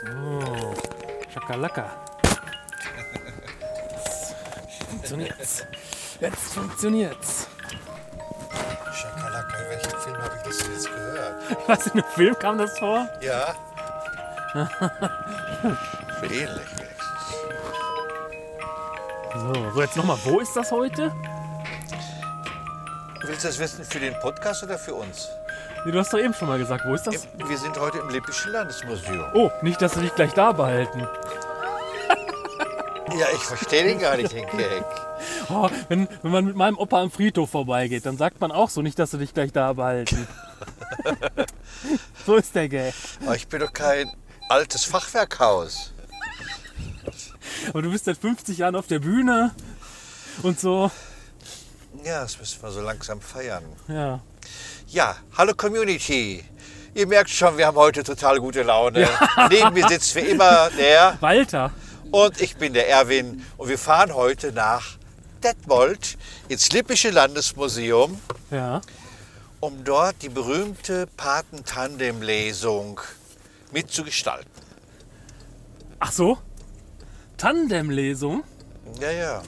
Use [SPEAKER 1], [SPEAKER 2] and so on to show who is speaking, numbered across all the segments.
[SPEAKER 1] So, Oh. Schakalaka. Funktioniert's. Jetzt funktioniert's.
[SPEAKER 2] Schakalaka, in welchem Film habe ich das denn jetzt gehört?
[SPEAKER 1] Was in dem Film kam das vor?
[SPEAKER 2] Ja. Ähnlich wenigstens.
[SPEAKER 1] So, so jetzt nochmal, wo ist das heute?
[SPEAKER 2] Willst du das wissen für den Podcast oder für uns?
[SPEAKER 1] Nee, du hast doch eben schon mal gesagt, wo ist das?
[SPEAKER 2] Wir sind heute im Lippischen Landesmuseum.
[SPEAKER 1] Oh, nicht, dass sie dich gleich da behalten.
[SPEAKER 2] Ja, ich verstehe den gar nicht, den Gag.
[SPEAKER 1] Oh, wenn, wenn man mit meinem Opa am Friedhof vorbeigeht, dann sagt man auch so, nicht, dass sie dich gleich da behalten. so ist der Gag.
[SPEAKER 2] Aber ich bin doch kein altes Fachwerkhaus.
[SPEAKER 1] Aber du bist seit 50 Jahren auf der Bühne und so.
[SPEAKER 2] Ja, das müssen wir so langsam feiern.
[SPEAKER 1] Ja.
[SPEAKER 2] Ja, hallo Community. Ihr merkt schon, wir haben heute total gute Laune. Neben mir sitzt wie immer der
[SPEAKER 1] Walter.
[SPEAKER 2] und ich bin der Erwin. Und wir fahren heute nach Detmold ins Lippische Landesmuseum,
[SPEAKER 1] Ja.
[SPEAKER 2] um dort die berühmte Patentandem-Lesung mitzugestalten.
[SPEAKER 1] Ach so. Tandemlesung.
[SPEAKER 2] Ja, ja.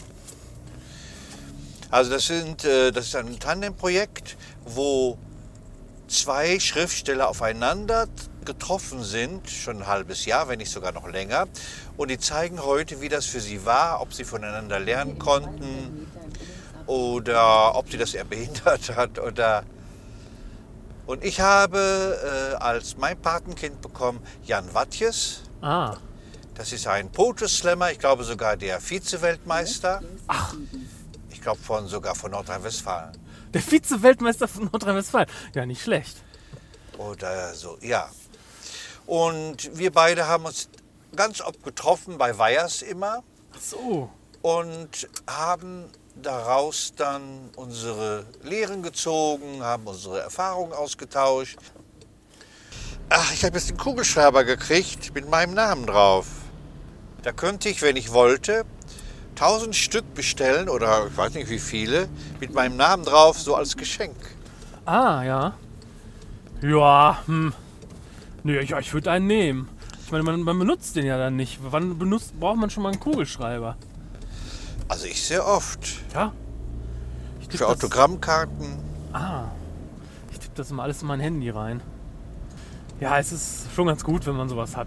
[SPEAKER 2] Also das, sind, äh, das ist ein Tandemprojekt, wo zwei Schriftsteller aufeinander getroffen sind, schon ein halbes Jahr, wenn nicht sogar noch länger. Und die zeigen heute, wie das für sie war, ob sie voneinander lernen konnten oder ob sie das eher behindert hat oder... Und ich habe äh, als mein Patenkind bekommen Jan Wattjes.
[SPEAKER 1] Ah.
[SPEAKER 2] Das ist ein Poetry-Slammer, ich glaube sogar der Vize-Weltmeister. Ach. Ich glaube von, sogar von Nordrhein-Westfalen.
[SPEAKER 1] Der Vize-Weltmeister von Nordrhein-Westfalen. Ja, nicht schlecht.
[SPEAKER 2] Oder so, ja. Und wir beide haben uns ganz oft getroffen bei Weihers immer
[SPEAKER 1] Ach so.
[SPEAKER 2] und haben daraus dann unsere Lehren gezogen, haben unsere Erfahrungen ausgetauscht. Ach, ich habe jetzt einen Kugelschreiber gekriegt mit meinem Namen drauf. Da könnte ich, wenn ich wollte, 1000 Stück bestellen oder ich weiß nicht wie viele, mit meinem Namen drauf, so als Geschenk.
[SPEAKER 1] Ah, ja. Ja, hm. Nee, ja, ich würde einen nehmen. Ich meine, man, man benutzt den ja dann nicht. Wann benutzt, braucht man schon mal einen Kugelschreiber?
[SPEAKER 2] Also ich sehr oft.
[SPEAKER 1] Ja. Ich tippe
[SPEAKER 2] Für
[SPEAKER 1] das,
[SPEAKER 2] Autogrammkarten.
[SPEAKER 1] ich tipp das immer alles in mein Handy rein. Ja, es ist schon ganz gut, wenn man sowas hat.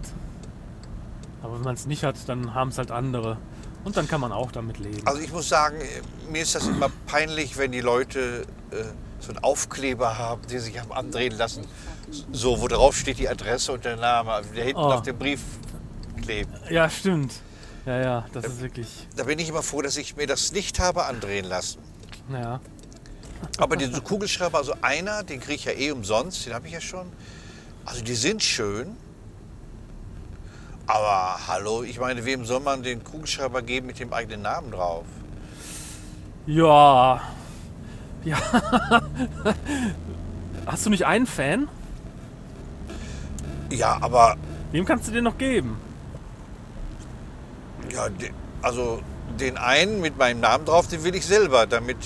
[SPEAKER 1] Aber wenn man es nicht hat, dann haben es halt andere. Und dann kann man auch damit leben.
[SPEAKER 2] Also ich muss sagen, mir ist das immer peinlich, wenn die Leute äh, so einen Aufkleber haben, den sie sich haben andrehen lassen. So, wo drauf steht die Adresse und der Name, also der hinten
[SPEAKER 1] Oh.
[SPEAKER 2] auf dem Brief klebt.
[SPEAKER 1] Ja, stimmt. Ja, ja,
[SPEAKER 2] Äh.
[SPEAKER 1] das ist wirklich.
[SPEAKER 2] Da bin ich immer froh, dass ich mir das nicht habe andrehen lassen.
[SPEAKER 1] Naja.
[SPEAKER 2] Aber diese Kugelschreiber, also einer, den kriege ich ja eh umsonst, den habe ich ja schon. Also die sind schön. Aber hallo, ich meine, wem soll man den Kugelschreiber geben mit dem eigenen Namen drauf?
[SPEAKER 1] Ja. Ja. Hast du nicht einen Fan?
[SPEAKER 2] Ja, aber
[SPEAKER 1] Wem kannst du den noch geben?
[SPEAKER 2] Ja, de- also den einen mit meinem Namen drauf, den will ich selber, damit,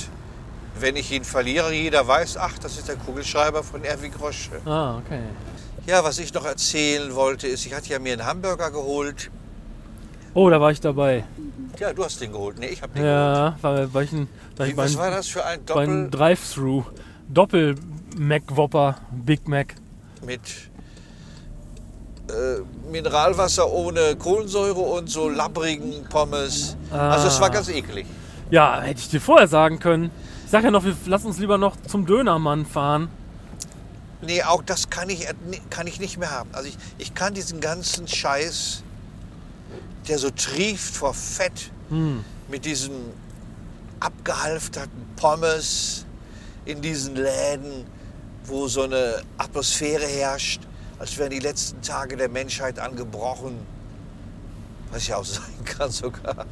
[SPEAKER 2] wenn ich ihn verliere, jeder weiß, ach, das ist der Kugelschreiber von Erwin Grosche.
[SPEAKER 1] Ah, okay.
[SPEAKER 2] Ja, was ich noch erzählen wollte, ist, ich hatte ja mir einen Hamburger geholt.
[SPEAKER 1] Oh, da war ich dabei.
[SPEAKER 2] Ja, du hast den geholt. Nee, ich habe den geholt.
[SPEAKER 1] Ja, war, war ich, ein, war ich
[SPEAKER 2] Wie,
[SPEAKER 1] bei
[SPEAKER 2] was war
[SPEAKER 1] einem,
[SPEAKER 2] das für ein
[SPEAKER 1] bei einem
[SPEAKER 2] Doppel
[SPEAKER 1] Drive-Thru. Doppel-Mac-Whopper, Big Mac.
[SPEAKER 2] mit äh, Mineralwasser ohne Kohlensäure und so labbrigen Pommes? Also
[SPEAKER 1] Ah.
[SPEAKER 2] es war ganz eklig.
[SPEAKER 1] Ja, hätte ich dir vorher sagen können. Ich sag ja noch, wir lassen uns lieber noch zum Dönermann fahren.
[SPEAKER 2] Nee, auch das kann ich, äh, kann ich nicht mehr haben. Also ich, ich kann diesen ganzen Scheiß, der so trieft vor Fett, mit diesen abgehalfterten Pommes in diesen Läden, wo so eine Atmosphäre herrscht, als wären die letzten Tage der Menschheit angebrochen. Was ja auch sein kann sogar.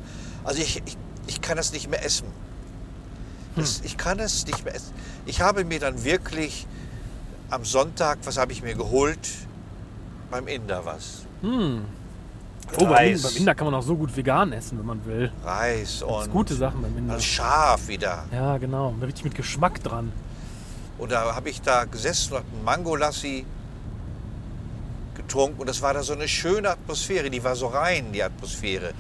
[SPEAKER 2] Also ich, ich, ich kann das nicht mehr essen. Das,
[SPEAKER 1] Hm.
[SPEAKER 2] Ich kann es nicht mehr essen. Ich habe mir dann wirklich am Sonntag, was habe ich mir geholt? Beim Inder was.
[SPEAKER 1] Hm. Oh, beim,
[SPEAKER 2] Reis.
[SPEAKER 1] beim Inder kann man auch so gut vegan essen, wenn man will.
[SPEAKER 2] Reis
[SPEAKER 1] Das
[SPEAKER 2] und
[SPEAKER 1] sind gute Sachen beim Inder.
[SPEAKER 2] Oh, also scharf wieder.
[SPEAKER 1] Ja, genau. Richtig mit Geschmack dran.
[SPEAKER 2] Und da habe ich da gesessen und hab einen Mangolassi getrunken und das war da so eine schöne Atmosphäre, die war so rein, die Atmosphäre.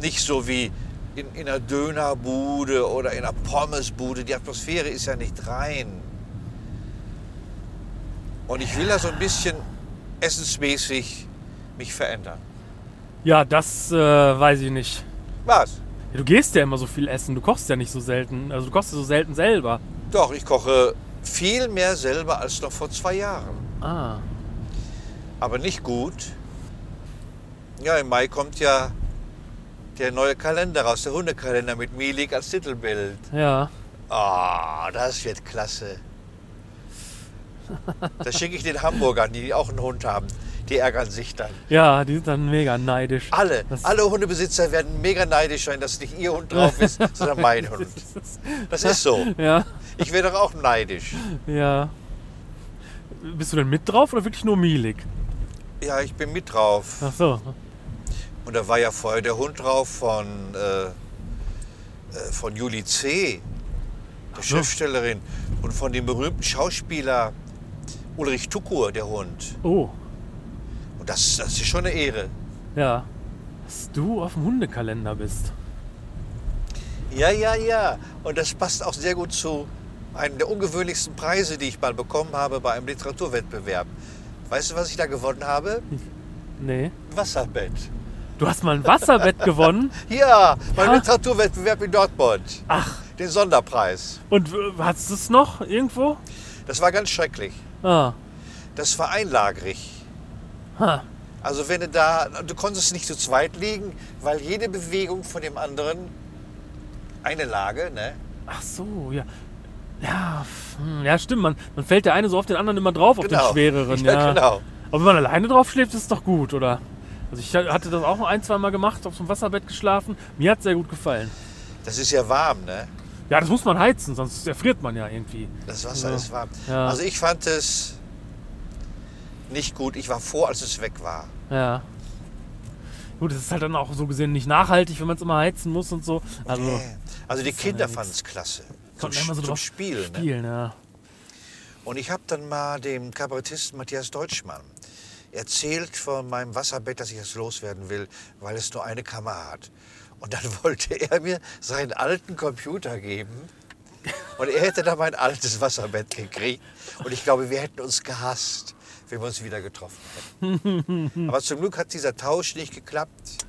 [SPEAKER 2] Nicht so wie in, in einer Dönerbude oder in einer Pommesbude, die Atmosphäre ist ja nicht rein. Und ich will da so ein bisschen essensmäßig mich verändern.
[SPEAKER 1] Ja, das äh, weiß ich nicht.
[SPEAKER 2] Was?
[SPEAKER 1] Ja, du gehst ja immer so viel essen, du kochst ja nicht so selten. Also du kochst ja so selten selber.
[SPEAKER 2] Doch, ich koche viel mehr selber als noch vor zwei Jahren.
[SPEAKER 1] Ah.
[SPEAKER 2] Aber nicht gut. Ja, im Mai kommt ja der neue Kalender raus, der Hundekalender mit Milik als Titelbild.
[SPEAKER 1] Ja.
[SPEAKER 2] Ah, das wird klasse. Da schicke ich den Hamburgern, die auch einen Hund haben. Die ärgern sich dann.
[SPEAKER 1] Ja, die sind dann mega neidisch.
[SPEAKER 2] Alle,
[SPEAKER 1] Das-
[SPEAKER 2] alle Hundebesitzer werden mega neidisch sein, dass nicht ihr Hund drauf ist, sondern mein Hund. Das ist so.
[SPEAKER 1] Ja,
[SPEAKER 2] Ich wäre doch auch neidisch.
[SPEAKER 1] ja. Bist du denn mit drauf oder wirklich nur Milik?
[SPEAKER 2] Ja, ich bin mit drauf.
[SPEAKER 1] Ach so.
[SPEAKER 2] Und da war ja vorher der Hund drauf von, äh, äh, von Julie C., der
[SPEAKER 1] so.
[SPEAKER 2] Schriftstellerin, und von dem berühmten Schauspieler Ulrich Tukur, der Hund.
[SPEAKER 1] Oh,
[SPEAKER 2] Und das, das ist schon eine Ehre.
[SPEAKER 1] ja. Dass du auf dem Hundekalender bist.
[SPEAKER 2] Ja, ja, ja. Und das passt auch sehr gut zu einem der ungewöhnlichsten Preise, die ich mal bekommen habe bei einem Literaturwettbewerb. Weißt du, was ich da gewonnen habe?
[SPEAKER 1] Nee.
[SPEAKER 2] Ein Wasserbett.
[SPEAKER 1] Du hast mal ein Wasserbett gewonnen
[SPEAKER 2] Ja, beim
[SPEAKER 1] Ja?
[SPEAKER 2] Literaturwettbewerb in Dortmund.
[SPEAKER 1] Ach.
[SPEAKER 2] Den Sonderpreis.
[SPEAKER 1] und äh, hast du es noch irgendwo?
[SPEAKER 2] Das war ganz schrecklich.
[SPEAKER 1] Ah.
[SPEAKER 2] Das war einlagerig.
[SPEAKER 1] Ha.
[SPEAKER 2] Also wenn du da, du konntest nicht zu zweit liegen, weil jede Bewegung von dem anderen eine Lage, ne?
[SPEAKER 1] Ach so, ja. Ja, hm, ja stimmt. Man, man fällt der eine so auf den anderen immer drauf, auf den schwereren. Genau. Ja,
[SPEAKER 2] Ja, genau.
[SPEAKER 1] Aber wenn man alleine drauf schläft, ist es doch gut, oder? Also ich hatte das auch ein, zwei Mal gemacht, auf so einem Wasserbett geschlafen. Mir hat es sehr gut gefallen.
[SPEAKER 2] Das ist ja warm, ne?
[SPEAKER 1] Ja, das muss man heizen, sonst erfriert man ja irgendwie.
[SPEAKER 2] Das Wasser
[SPEAKER 1] Ja.
[SPEAKER 2] ist warm.
[SPEAKER 1] Ja.
[SPEAKER 2] Also ich fand es nicht gut. Ich war froh, als es weg war.
[SPEAKER 1] Ja. Gut, das ist halt dann auch so gesehen nicht nachhaltig, wenn man es immer heizen muss und so. Also
[SPEAKER 2] Nee. also die
[SPEAKER 1] ist ja
[SPEAKER 2] Kinder
[SPEAKER 1] nix.
[SPEAKER 2] fanden es klasse. Zum,
[SPEAKER 1] Kommt immer so
[SPEAKER 2] zum
[SPEAKER 1] drauf.
[SPEAKER 2] Spielen. Ne?
[SPEAKER 1] spielen, ja.
[SPEAKER 2] Und ich habe dann mal dem Kabarettisten Matthias Deutschmann erzählt von meinem Wasserbett, dass ich es loswerden will, weil es nur eine Kammer hat. Und dann wollte er mir seinen alten Computer geben. Und er hätte dann mein altes Wasserbett gekriegt. Und ich glaube, wir hätten uns gehasst, wenn wir uns wieder getroffen hätten. Aber zum Glück hat dieser Tausch nicht geklappt.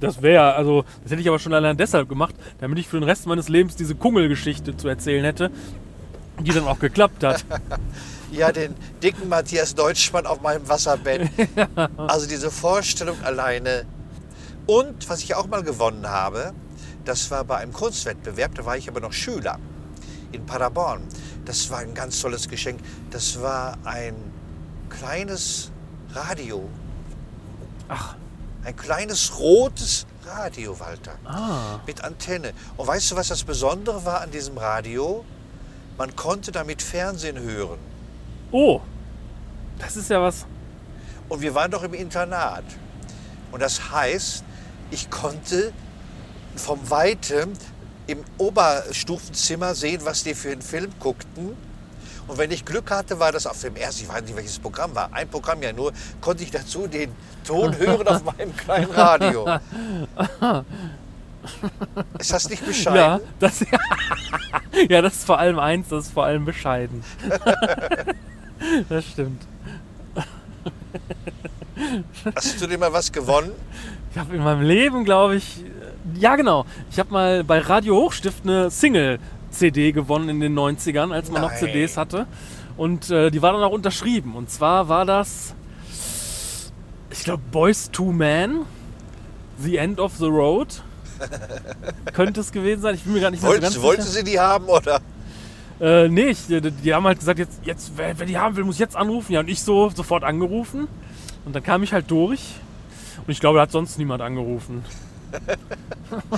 [SPEAKER 1] Das wäre, also, das hätte ich aber schon allein deshalb gemacht, damit ich für den Rest meines Lebens diese Kungelgeschichte zu erzählen hätte, die dann auch geklappt hat.
[SPEAKER 2] Ja, den dicken Matthias Deutschmann auf meinem Wasserbett. Also diese Vorstellung alleine. Und was ich auch mal gewonnen habe, das war bei einem Kunstwettbewerb, da war ich aber noch Schüler in Paderborn. Das war ein ganz tolles Geschenk. Das war ein kleines Radio.
[SPEAKER 1] Ach.
[SPEAKER 2] Ein kleines rotes Radio, Walter.
[SPEAKER 1] Ah,
[SPEAKER 2] Mit Antenne. Und weißt du, was das Besondere war an diesem Radio? Man konnte damit Fernsehen hören.
[SPEAKER 1] oh, das ist ja was.
[SPEAKER 2] Und wir waren doch im Internat. Und das heißt, ich konnte vom Weiten im Oberstufenzimmer sehen, was die für einen Film guckten. Und wenn ich Glück hatte, war das auf dem ersten, ich weiß nicht, welches Programm war, ein Programm ja nur, konnte ich dazu den Ton hören auf meinem kleinen Radio. Ist das nicht bescheiden?
[SPEAKER 1] Ja, das, ja, das ist vor allem eins, das ist vor allem bescheiden. das stimmt.
[SPEAKER 2] Hast du dir mal was gewonnen?
[SPEAKER 1] Also Ich habe in meinem Leben, glaube ich, äh, ja genau, ich habe mal bei Radio Hochstift eine Single-CD gewonnen in den 90ern, als man noch
[SPEAKER 2] Nein.
[SPEAKER 1] CDs hatte. Und äh, die war dann auch unterschrieben. Und zwar war das, ich glaube, Boys to Man, The End of the Road. Könnte es gewesen sein, ich bin mir gar nicht mehr so ganz
[SPEAKER 2] Wolltest,
[SPEAKER 1] sicher.
[SPEAKER 2] wollten sie die haben oder?
[SPEAKER 1] Äh, nee, ich, die, die haben halt gesagt, jetzt, jetzt, wer, wer die haben will, muss jetzt anrufen. Ja, und ich so sofort angerufen. Und dann kam ich halt durch. Und ich glaube, da hat sonst niemand angerufen.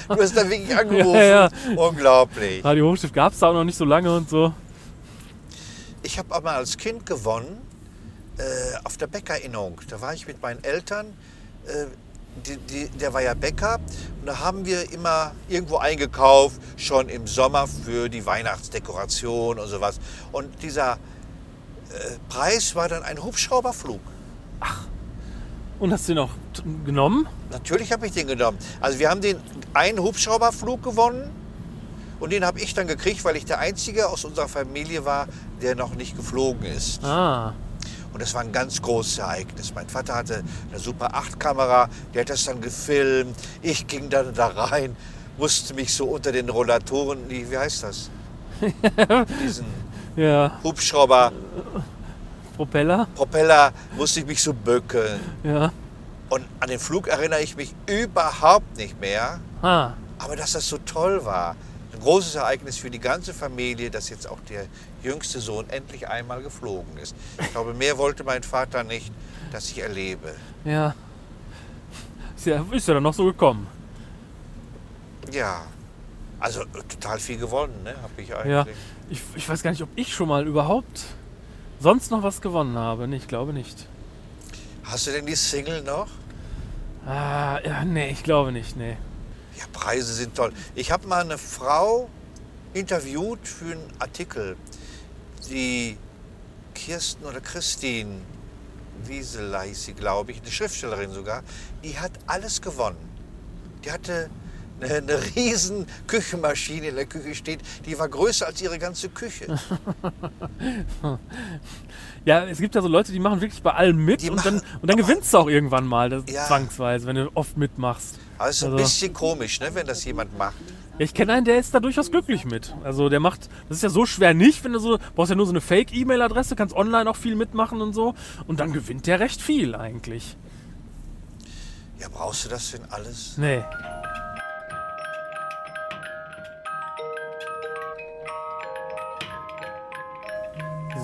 [SPEAKER 2] Du hast da wirklich angerufen.
[SPEAKER 1] ja.
[SPEAKER 2] Unglaublich.
[SPEAKER 1] Radio Hochstift gab es da auch noch nicht so lange und so.
[SPEAKER 2] Ich habe auch mal als Kind gewonnen äh, auf der Bäckerinnung. Da war ich mit meinen Eltern. Äh, die, die, der war ja Bäcker. Und da haben wir immer irgendwo eingekauft, schon im Sommer für die Weihnachtsdekoration und sowas. Und dieser äh, Preis war dann ein Hubschrauberflug.
[SPEAKER 1] Und hast du den auch t- genommen?
[SPEAKER 2] Natürlich habe ich den genommen. Also wir haben den einen Hubschrauberflug gewonnen und den habe ich dann gekriegt, weil ich der Einzige aus unserer Familie war, der noch nicht geflogen ist.
[SPEAKER 1] Ah,
[SPEAKER 2] Und das war ein ganz großes Ereignis. Mein Vater hatte eine Super 8-Kamera, der hat das dann gefilmt. Ich ging dann da rein, musste mich so unter den Rollatoren, nee, wie heißt das? Diesen
[SPEAKER 1] ja.
[SPEAKER 2] Hubschrauberpropeller
[SPEAKER 1] Propeller?
[SPEAKER 2] musste ich mich so böckeln.
[SPEAKER 1] Ja.
[SPEAKER 2] Und an den Flug erinnere ich mich überhaupt nicht mehr.
[SPEAKER 1] Ah,
[SPEAKER 2] Aber dass das so toll war. Ein großes Ereignis für die ganze Familie, dass jetzt auch der jüngste Sohn endlich einmal geflogen ist. Ich glaube, mehr wollte mein Vater nicht, dass ich erlebe.
[SPEAKER 1] ja. Ist ja, ist ja dann noch so gekommen.
[SPEAKER 2] Ja. Also äh, total viel gewonnen, ne? Hab ich
[SPEAKER 1] Ja.
[SPEAKER 2] eigentlich.
[SPEAKER 1] Ich, ich weiß gar nicht, ob ich schon mal überhaupt sonst noch was gewonnen habe. Nee, ich glaube nicht.
[SPEAKER 2] Hast du denn die Single noch?
[SPEAKER 1] Ah, ja, nee, ich glaube nicht, nee.
[SPEAKER 2] Ja, Preise sind toll. Ich habe mal eine Frau interviewt für einen Artikel. Die Kirsten oder Christine Wiesel hieß sie, glaube ich, eine Schriftstellerin sogar, die hat alles gewonnen. Die hatte eine, eine riesen Küchenmaschine in der Küche steht, die war größer als ihre ganze Küche.
[SPEAKER 1] Ja, es gibt ja so Leute, die machen wirklich bei allem mit
[SPEAKER 2] Die
[SPEAKER 1] und dann,
[SPEAKER 2] machen-
[SPEAKER 1] und dann gewinnst du auch irgendwann mal, das
[SPEAKER 2] Ja.
[SPEAKER 1] zwangsweise, wenn du oft mitmachst.
[SPEAKER 2] Aber es ist ein
[SPEAKER 1] Also-
[SPEAKER 2] bisschen komisch, ne, wenn das jemand macht.
[SPEAKER 1] Ja, ich kenne einen, der ist da durchaus glücklich mit. Also der macht, das ist ja so schwer nicht, wenn du so, brauchst ja nur so eine Fake-E-Mail-Adresse, kannst online auch viel mitmachen und so. Und dann gewinnt der recht viel eigentlich.
[SPEAKER 2] Ja, brauchst du das denn alles?
[SPEAKER 1] Nee.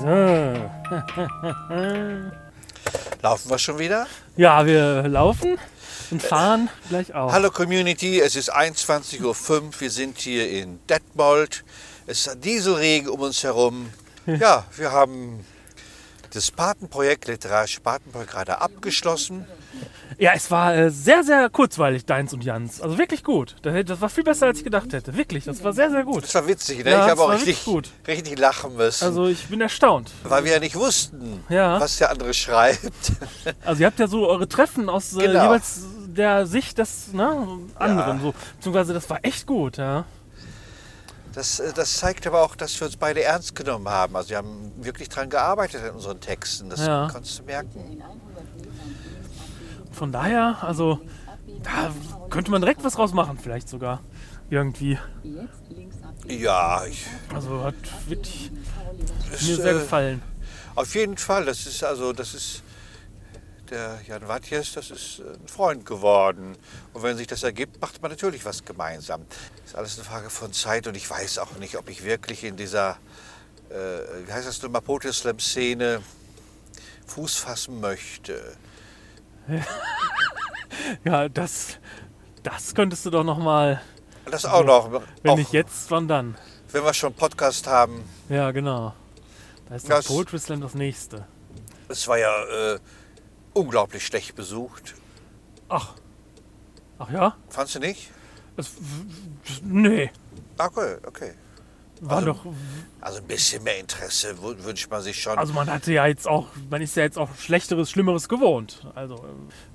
[SPEAKER 1] So.
[SPEAKER 2] Laufen wir schon wieder?
[SPEAKER 1] Ja, wir laufen und fahren gleich auch.
[SPEAKER 2] Hallo Community, es ist 21.05 Uhr, wir sind hier in Detmold. Es ist Dieselregen um uns herum. Ja, wir haben das Patenprojekt, literarische Patenprojekt gerade abgeschlossen.
[SPEAKER 1] Ja, es war äh, sehr, sehr kurzweilig, deins und Jans. Also wirklich gut. Das, hätte- das war viel besser, als ich gedacht hätte. Wirklich, das war sehr, sehr gut.
[SPEAKER 2] Das war witzig,
[SPEAKER 1] Ja,
[SPEAKER 2] ne? ich
[SPEAKER 1] das
[SPEAKER 2] habe auch
[SPEAKER 1] war wirklich
[SPEAKER 2] richtig,
[SPEAKER 1] gut.
[SPEAKER 2] richtig lachen müssen,
[SPEAKER 1] Also ich bin erstaunt.
[SPEAKER 2] weil wir ja nicht wussten,
[SPEAKER 1] Ja.
[SPEAKER 2] was der andere schreibt.
[SPEAKER 1] Also ihr habt ja so eure Treffen aus äh,
[SPEAKER 2] Genau.
[SPEAKER 1] jeweils der Sicht des ne, anderen. So. Beziehungsweise das war echt gut, ja.
[SPEAKER 2] Das, äh, das zeigt aber auch, dass wir uns beide ernst genommen haben. Also wir haben wirklich dran gearbeitet in unseren Texten, das
[SPEAKER 1] Ja.
[SPEAKER 2] kannst du merken.
[SPEAKER 1] Von daher, also da könnte man direkt was draus machen, vielleicht sogar. Irgendwie.
[SPEAKER 2] Ja, ich,
[SPEAKER 1] Also hat wirklich
[SPEAKER 2] es,
[SPEAKER 1] mir sehr
[SPEAKER 2] äh,
[SPEAKER 1] gefallen.
[SPEAKER 2] Auf jeden Fall, das ist also, das ist der Jan Watjes, das ist äh, ein Freund geworden. Und wenn sich das ergibt, macht man natürlich was gemeinsam. Ist alles eine Frage von Zeit und ich weiß auch nicht, ob ich wirklich in dieser, äh, wie heißt das, Mapote Slam Szene Fuß fassen möchte.
[SPEAKER 1] Ja, das, das könntest du doch nochmal,
[SPEAKER 2] Und Das auch noch.
[SPEAKER 1] Also, wenn
[SPEAKER 2] auch,
[SPEAKER 1] nicht jetzt, wann dann?
[SPEAKER 2] wenn wir schon einen Podcast haben,
[SPEAKER 1] Ja, genau. Da ist das
[SPEAKER 2] Das-
[SPEAKER 1] Poetry Slam das nächste.
[SPEAKER 2] es war ja äh, unglaublich schlecht besucht.
[SPEAKER 1] Ach. Ach ja?
[SPEAKER 2] Fandst du nicht?
[SPEAKER 1] Es, nee.
[SPEAKER 2] Ah, cool, okay.
[SPEAKER 1] War
[SPEAKER 2] Also-
[SPEAKER 1] doch.
[SPEAKER 2] Also ein bisschen mehr Interesse wü- wünscht man sich schon.
[SPEAKER 1] Also man hatte ja jetzt auch, man ist ja jetzt auch Schlechteres, Schlimmeres gewohnt. Also,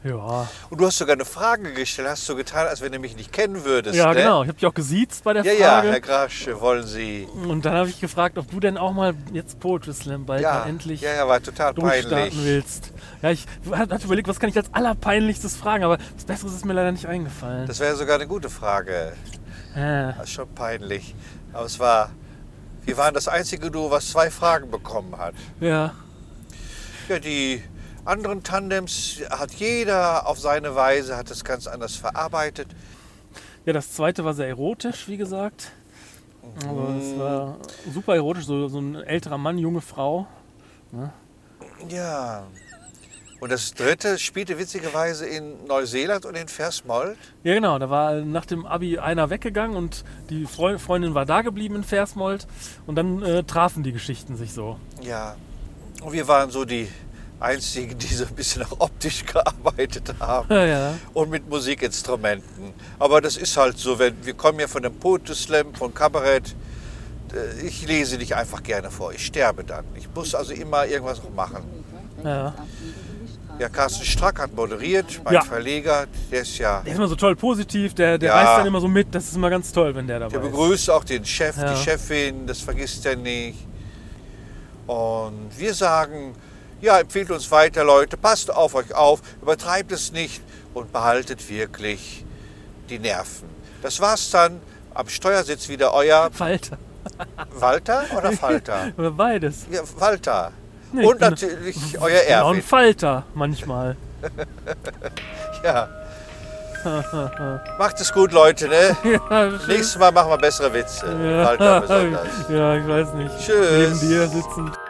[SPEAKER 1] ähm, ja.
[SPEAKER 2] Und du hast sogar eine Frage gestellt, hast so getan, als wenn du mich nicht kennen würdest.
[SPEAKER 1] Ja,
[SPEAKER 2] ne?
[SPEAKER 1] genau. Ich habe dich auch gesiezt bei der
[SPEAKER 2] Ja, ja,
[SPEAKER 1] Frage.
[SPEAKER 2] Herr Grasche, wollen Sie.
[SPEAKER 1] Und dann habe ich gefragt, ob du denn auch mal jetzt Poetry Slam bald
[SPEAKER 2] Ja,
[SPEAKER 1] mal endlich
[SPEAKER 2] ja, ja, war total
[SPEAKER 1] durchstarten
[SPEAKER 2] peinlich.
[SPEAKER 1] willst. Ja, ich hatte hatte überlegt, was kann ich als allerpeinlichstes fragen, aber das Besseres ist mir leider nicht eingefallen.
[SPEAKER 2] Das wäre sogar eine gute Frage.
[SPEAKER 1] Äh,
[SPEAKER 2] Das ist schon peinlich. Aber es war. Wir waren das einzige Duo, was zwei Fragen bekommen hat.
[SPEAKER 1] ja.
[SPEAKER 2] Ja, die anderen Tandems hat jeder auf seine Weise, hat es ganz anders verarbeitet.
[SPEAKER 1] ja, das zweite war sehr erotisch, wie gesagt. Aber
[SPEAKER 2] Mhm.
[SPEAKER 1] es war super erotisch, so, so ein älterer Mann, junge Frau.
[SPEAKER 2] Ja. Und das dritte spielte witzigerweise in Neuseeland und in Versmold.
[SPEAKER 1] Ja, genau, da war nach dem Abi einer weggegangen und die Freu- Freundin war da geblieben in Versmold und dann äh, trafen die Geschichten sich so.
[SPEAKER 2] Ja, und wir waren so die Einzigen, die so ein bisschen auch optisch gearbeitet haben
[SPEAKER 1] Ja, ja.
[SPEAKER 2] und mit Musikinstrumenten. Aber das ist halt so, wenn, wir kommen ja von dem Poetry Slam, von Kabarett. Äh, Ich lese dich einfach gerne vor. Ich sterbe dann. Ich muss also immer irgendwas noch machen.
[SPEAKER 1] Ja.
[SPEAKER 2] Ja, Carsten Strack hat moderiert, mein
[SPEAKER 1] Ja.
[SPEAKER 2] Verleger, der ist ja.
[SPEAKER 1] Der ist immer so toll positiv, der, der
[SPEAKER 2] Ja.
[SPEAKER 1] reißt dann immer so mit. Das ist immer ganz toll, wenn der dabei
[SPEAKER 2] Der
[SPEAKER 1] ist.
[SPEAKER 2] begrüßt auch den Chef,
[SPEAKER 1] Ja.
[SPEAKER 2] die Chefin, das vergisst er nicht. Und wir sagen, ja, empfehlt uns weiter, Leute, passt auf euch auf, übertreibt es nicht und behaltet wirklich die Nerven. Das war's dann. Am Steuersitz wieder euer
[SPEAKER 1] Falter.
[SPEAKER 2] Walter oder Falter?
[SPEAKER 1] Oder beides.
[SPEAKER 2] Ja, Walter.
[SPEAKER 1] Nee, ich
[SPEAKER 2] und
[SPEAKER 1] bin-
[SPEAKER 2] natürlich euer
[SPEAKER 1] Ja, und
[SPEAKER 2] Erwin.
[SPEAKER 1] Falter manchmal.
[SPEAKER 2] Ja. Macht es gut, Leute. Ne?
[SPEAKER 1] Ja, schön.
[SPEAKER 2] Nächstes Mal machen wir bessere Witze. Walter besonders.
[SPEAKER 1] ja, ich weiß nicht.
[SPEAKER 2] Tschüss.
[SPEAKER 1] Neben dir sitzend.